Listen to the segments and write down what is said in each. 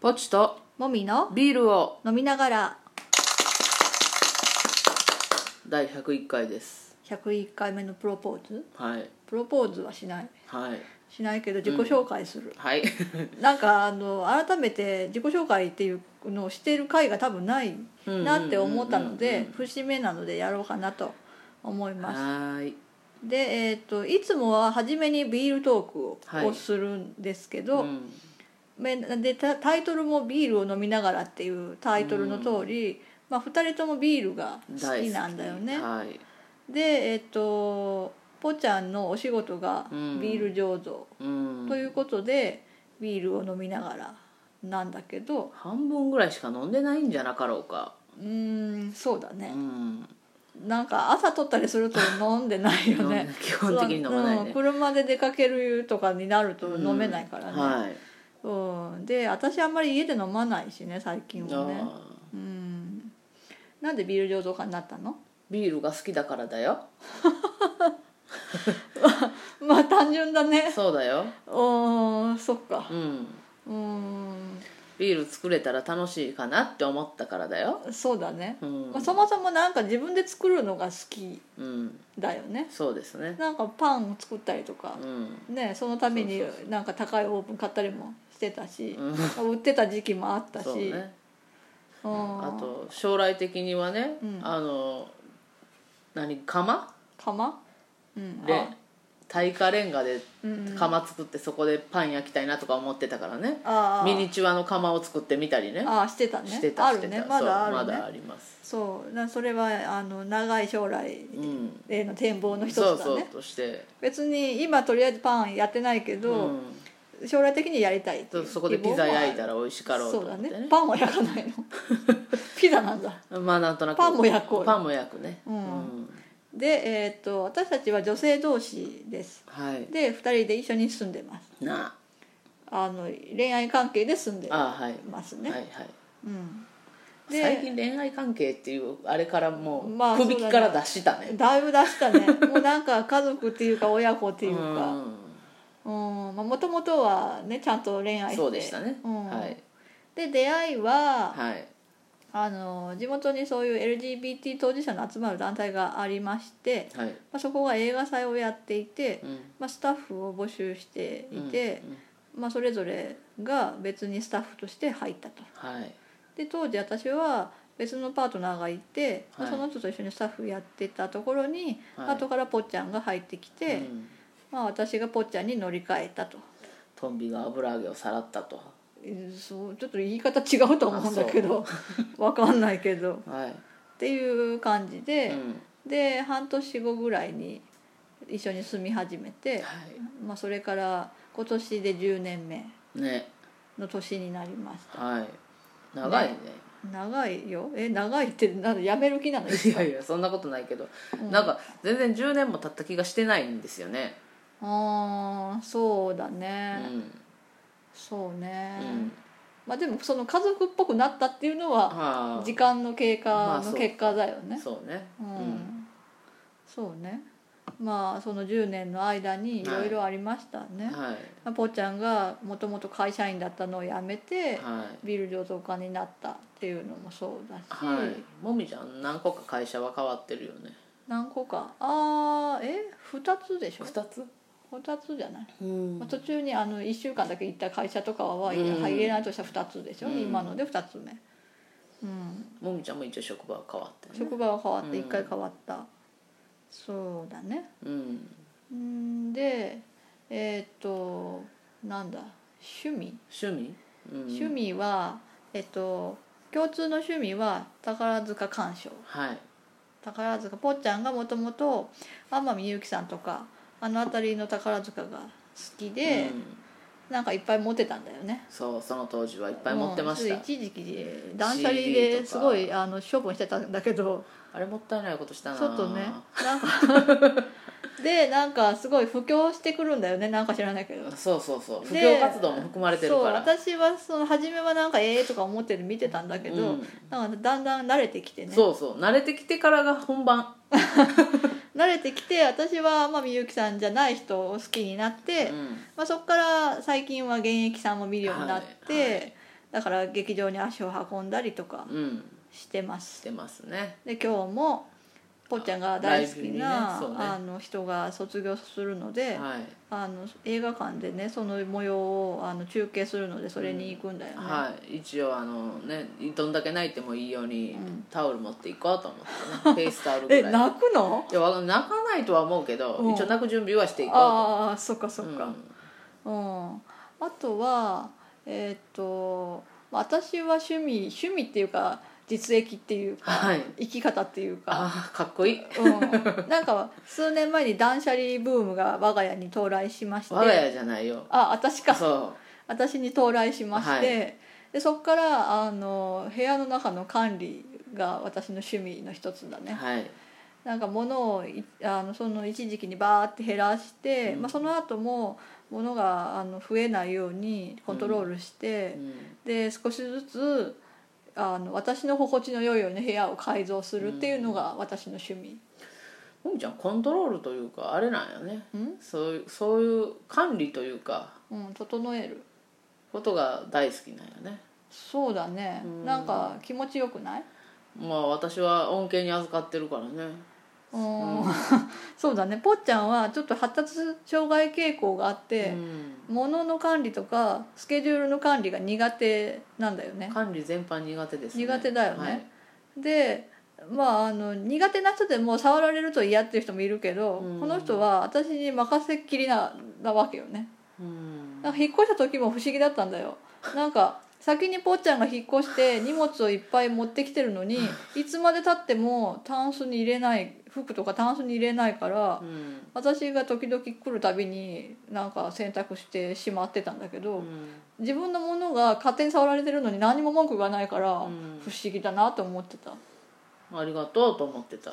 ポチともみのビールを飲みながら第101回です101回目のプロポーズはいプロポーズはしないはいしないけど自己紹介する、 はいなんかあの改めて自己紹介っていうのをしている回が多分ないなって思ったのうんうんでうん節目なのでやろうかなと思いはますーいでえっといつもは初めにビールトークを,、はいするんですけうど、んめでタタイトルも「ビールを飲みながら」っていうタイトルの通り、まあ、2人ともビールが好きなんだよ大ね好きはいでえっとぽちゃんのお仕事がうんビール醸造うんということで、ビールを飲みながらなんだけど半分ぐらいしか飲んでないんじゃなかろうかうーんそうだうね、んなんか朝取ったりす ると飲んでないよ飲んでね基本的に飲まないうんね車で出かけるとかになると飲めないからね、うんはいうん、で私あんまり家で飲まないしね最近はねあーうんなんでビール醸造家になったのビールが好きだからだよまあ単純だねそうだようんそっかうんうんビール作れたら楽しいかなって思ったからだよそうだね、うんまあ、そもそもなんか自分で作るのが好きうんだよねそうですねなんかパンを作ったりとかう、んねそのためにそうそうなんか高いオーブン買ったりもしてたし、うん売ってた時期もあったしそうねうん、あと将来的にはね、うんあの何釜釜うんであ耐火レンガでうん釜作ってそこでパン焼きたいなとか思ってたからね、ああミニチュアの釜を作ってみたりねああしてたねしてたあしるてねたまだあそうるまだあねりますそうなそれはあの長い将来うんへの展望の一つだそねうそうとして別に今とりあえずパンやってないけうど、ん将来的にやりたいってそいうそこでピザ焼いたらら美味しかろうとそ思うだってねねパンは焼 かないのピザなんだまあなんとなくパンも焼こうよパンも焼くねうんんで、えーっと私たちは女性同士ですはいで2人で一緒に住んでますなあの恋愛関係で住んでああはいますはね、いはいうん、で最近恋愛関係っていうあれからもまあう首そうだねから出したねだいぶ出し たねもうなんか家族っていうか親子っていうかうんまあもともとはねちゃんと恋うん愛してそうでしたね、うんはいで出会いは、はいあの地元にそういう LGBT 当事者の集まる団体がありまして、はい、まあ、そこが映画祭をやっていて、うんまあ、スタッフを募集していて、、うんうんまあ、それぞれが別にスタッフとして入ったとはいで当時私は別のパートナーがいて、まはあいその人と一緒にスタッフやってたところに、はい後からぽっちゃんが入ってきて、うんまあ、私がぽっちゃんに乗り換えたと。トンビが油揚げをさらったとえーそうちょっと言い方違うと思うんだけど わかんないけどはい、っていう感じで、うんで半年後ぐらいに一緒に住み始めて、はまあ、それから今年で10年目いねの年になりましたはい長いね長いよえ長いってなんだやめる気な の いやいやそんなことないけど、うんなんか全然10年も経った気がしてないんですよね、あーそうだうね、んそううね、ん、まあでもその家族っぽくなったっていうのははあ時間の経ま過あそのう結果だよね、そうねう、んそうねまあその10年の間にいろいろありましたね、はまあぽーちゃんがもともと会社員だったのを辞めいて、はいビール醸造家になったっていうのもそうだし、はい、もみちゃん何個か会社は変わってるよね何個かああえ二2つでしょ2つ2つじゃない、うんまあ、途中にあの1週間だけ行った会社とかは入れ,、うん入れないとしたら2つでしょ、うん今ので2つ目うんもみちゃんも一応職場は変わってね職場が変わってうん1回変わった、そうだねうんうんでえーっとなんだ趣味、趣味、うん、趣味はえっと共通の趣味は宝塚鑑賞はい宝塚ぽっちゃんがもともと天海祐希さんとかあの辺りの宝塚が好きで、うんなんかいっぱい持ってたんだよねそうその当時はいっぱい持ってました、うん一時期断捨離ですご CD いとあの処分してたんだけどあれもったいないことしたなちょっとねなんか でなんかすごい布教してくるんだよねなんか知らないけどそうそうそう布で教活動も含まれてるからそう私はその初めはなんかええとか思ってる見てたんだけど、うんなんかだんだん慣れてきてねそうそう慣れてきてからが本番慣れてきて私は天海祐希さんじゃない人を好きになって、うんまあ、そこから最近は現役さんも見るようになって、はいはいだから劇場に足を運んだりとかうんしてますしてますねで今日もぽっちゃんが大好きライブにねな、そうねあの人が卒業するので、はいあの映画館でねその模様をあの中継するのでそれに行くんだよね、はい、一応あのねどんだけ泣いてもいいようにタオル持っていこうと思ってね、フェイスタオルぐえらい泣くのいやわ泣かないとは思うけど、うん一応泣く準備はしていこうとああそっかそっか、うん、あとはえーっと私は趣味趣味っていうか実益っていうか、はい生き方っていうか、ああかっこいいうん、なんか数年前に断捨離ブームが我が家に到来しまして我が家じゃないよあ私かそ私に到来しまして、はいでそこからあの部屋の中の管理が私の趣味の一つだうねはいなんか物をいあのその一時期にバーって減らして、うんまあ、その後も物があの増えないようにコントロールしてう、んで少しずつあの私の心地の良いように部屋を改造するっていうのが私の趣味、もみちゃんコントロールというかあれなんよねうんそういうそういう管理というかうん、整えることが大好きなんよねそうだね、うんなんか気持ちよくないまあ私は恩恵に預かってるからねうん、そうだねぽっちゃんはちょっと発達障害傾向があって、う物の管理とかスケジュールの管理が苦手なんだよねん、管理全般苦手です、苦手だよねはいでまああの苦手な人でも触られると嫌っていう人もいるけど、うんこの人は私に任せっきりななわけよねうんなんか引っ越した時も不思議だったんだよなんか先にぽっちゃんが引っ越して荷物をいっぱい持ってきて るのにいつまでたってもタンスに入れない服とかタンスに入れないからうん私が時々来るたびになんか洗濯してしまってたんだけうど、ん自分のものが勝手に触られてるのに何も文句がないから、うん不思議だなと思ってた、ありがとうと思ってた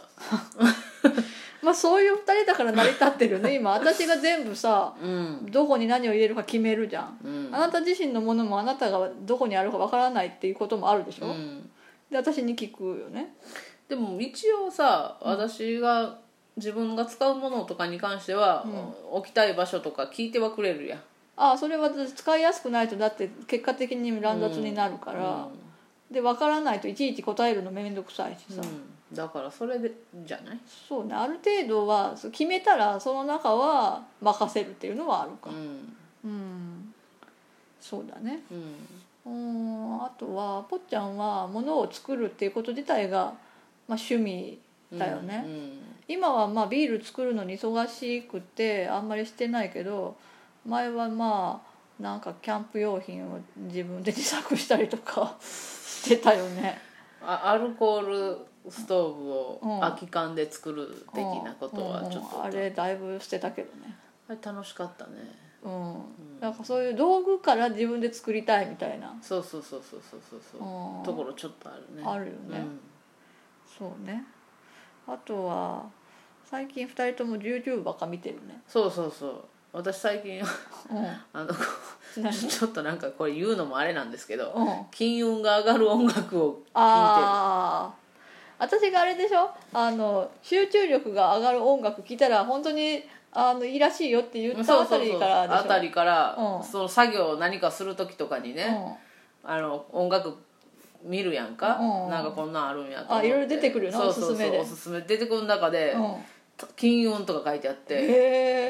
まあ、そういう2人だから成り立ってる ね今私が全部さうんどこに何を入れるか決めるじゃん、うんあなた自身のものもあなたがどこにあるかわからないっていうこともあるでしょ、うんで私に聞くよねでも一応さ私が自分が使うものとかに関しては、置きたい場所とか聞いてはくれるやんああそれは使いやすくないとだって結果的に乱雑になるから、でわからないといちいち答えるの面倒くさいしうんさ、うんだからそれでじゃないそうねある程度はそう決めたらその中は任せるっていうのはあるうかんうんそうだねうんうんあとはぽっちゃんはものを作るっていうこと自体が、まあ、趣味だよね、今はまあビール作るのに忙しくてあんまりしてないけど前はまあなんかキャンプ用品を自分で自作したりとかしてたよね あアルコールストーブうんを空き缶で作る的なことはちょっうんとうんあれだいぶ捨てたけどねあれ楽しかったねうん、なんかそういう道具から自分で作りたいみたいな、そうそうそうそうそうそううそんうところちょっとあるねあるよねそうねあとは最近2人とも YouTube ばっか見てるね、そうそうそう私最近うあのん、何ちょっとなんかこれ言うのもあれなんですけどうんあ金運が上がる音楽を聴いてあー私があれでしょあの集中力が上がる音楽聴いたら本当にあのいいらしいよって言るったあたりからでしょあたりから、うんその作業を何かする時とかにうね、んあの音楽見るやんか、うんなんかこんなんあるんやと思ってあいろいろ出てくるよなそうそうそうおすすめでおすすめ出てくる中で、うん金運とか書いてあってへ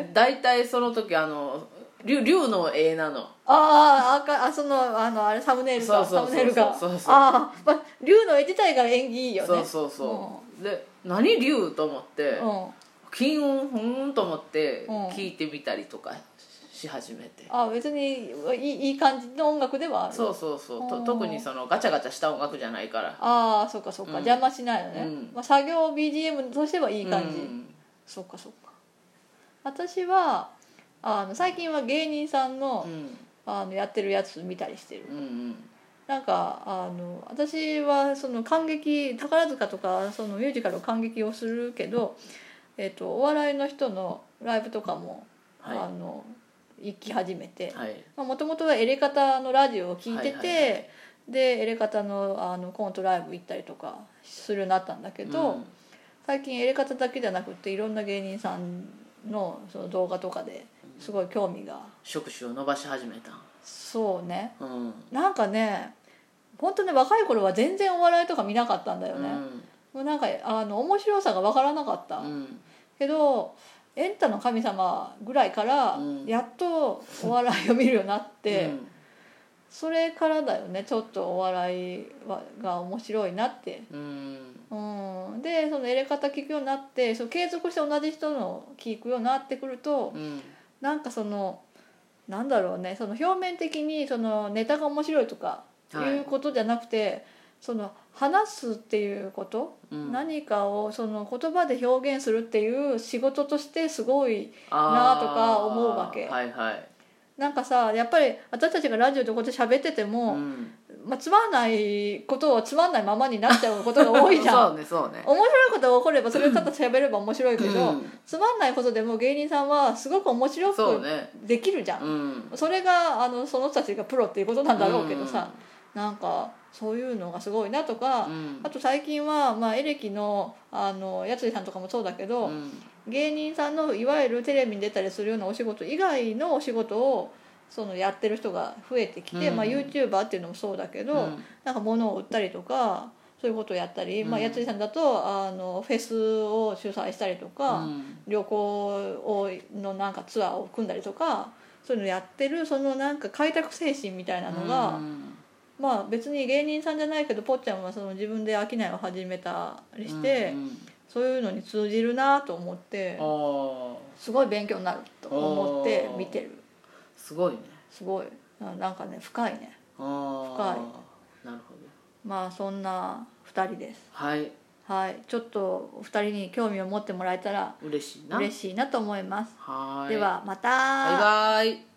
え大体その時あの竜竜の絵なのあーあかあそのあのあれサムネイルかそうそサうそうそうムネイルかあそうそうそうあー、まあ、竜の絵自体が演技いいよねそうそうそう、で何竜と思って、うん金運ふーんと思ってうん聞いてみたりとかし始めて、あ別にいいいい感じの音楽ではあるそうそうそううとん特にそのガチャガチャした音楽じゃないからああそっかそっか、うん邪魔しないのね、うんまあ、作業 BGM としてはいいい感じ、そっかそっか私はあの最近は芸人さんの,、うんあのやってるやつ見たりしてるうんうんなんかあの私はその感激宝塚とかそのミュージカルを感激をするけど、えっとお笑いの人のライブとかも、はいあの行き始めて、はいもともとはエレカタのラジオを聞いてて、はいはいはでエレカタのあのコントライブ行ったりとかするようになったんだけど、うん最近エレカタだけじゃなくていろんな芸人さんのその動画とかですごい興味が触手を伸ばし始めたそうねうんなんかね本当ね若い頃は全然お笑いとか見なかったんだようね、んもうなんかあの面白さが分からなかった、うんけどエンタの神様ぐらいからうんやっとお笑いを見るようになっうて、んそれからだよねちょっとお笑いはが面白いなって、うんうん、でその入れ方聞くようになってそう継続して同じ人の聞くようになってくるとうんなんかそのなんだろうねその表面的にそのネタが面白いとかはいいうことじゃなくて、その話すっていうこと、うん何かをその言葉で表現するっていう仕事としてすごいあーなとか思うわけはいはいなんかさやっぱり私たちがラジオでこうやって喋ってても、んまあ、つまんないことをつまんないままになっちゃうことが多いじゃん そうねそうね面白いことが起こればそれをただ喋れば面白いけど、うんつまんないことでも芸人さんはすごく面白そうくねできるじゃんそ,、うんれがあのその人たちがプロっていうことなんだろうけどさ、なんかそういうのがすごいなとか、うんあと最近は、まあ、エレキのあのやつりさんとかもそうだけど、うん芸人さんのいわゆるテレビに出たりするようなお仕事以外のお仕事をそのやってる人が増えてきて、うんまあ、YouTuber っていうのもそうだけど、うんなんか物を売ったりとかそういうことをやったり、まあ、うんやつりさんだとあのフェスを主催したりとか、うん旅行をのなんかツアーを組んだりとかそういうのやってるそのなんか開拓精神みたいなのが、うんまあ別に芸人さんじゃないけどぽっちゃんはその自分で商いを始めたりして、うんうんそういうのに通じるなと思って。あすごい勉強になると思って見てるあすごいねすごいななんかね深いねああなるほどまあそんな2人ですはいはいちょっとお二人に興味を持ってもらえたら嬉しいな嬉しいなと思いますはーいではまたバイバイ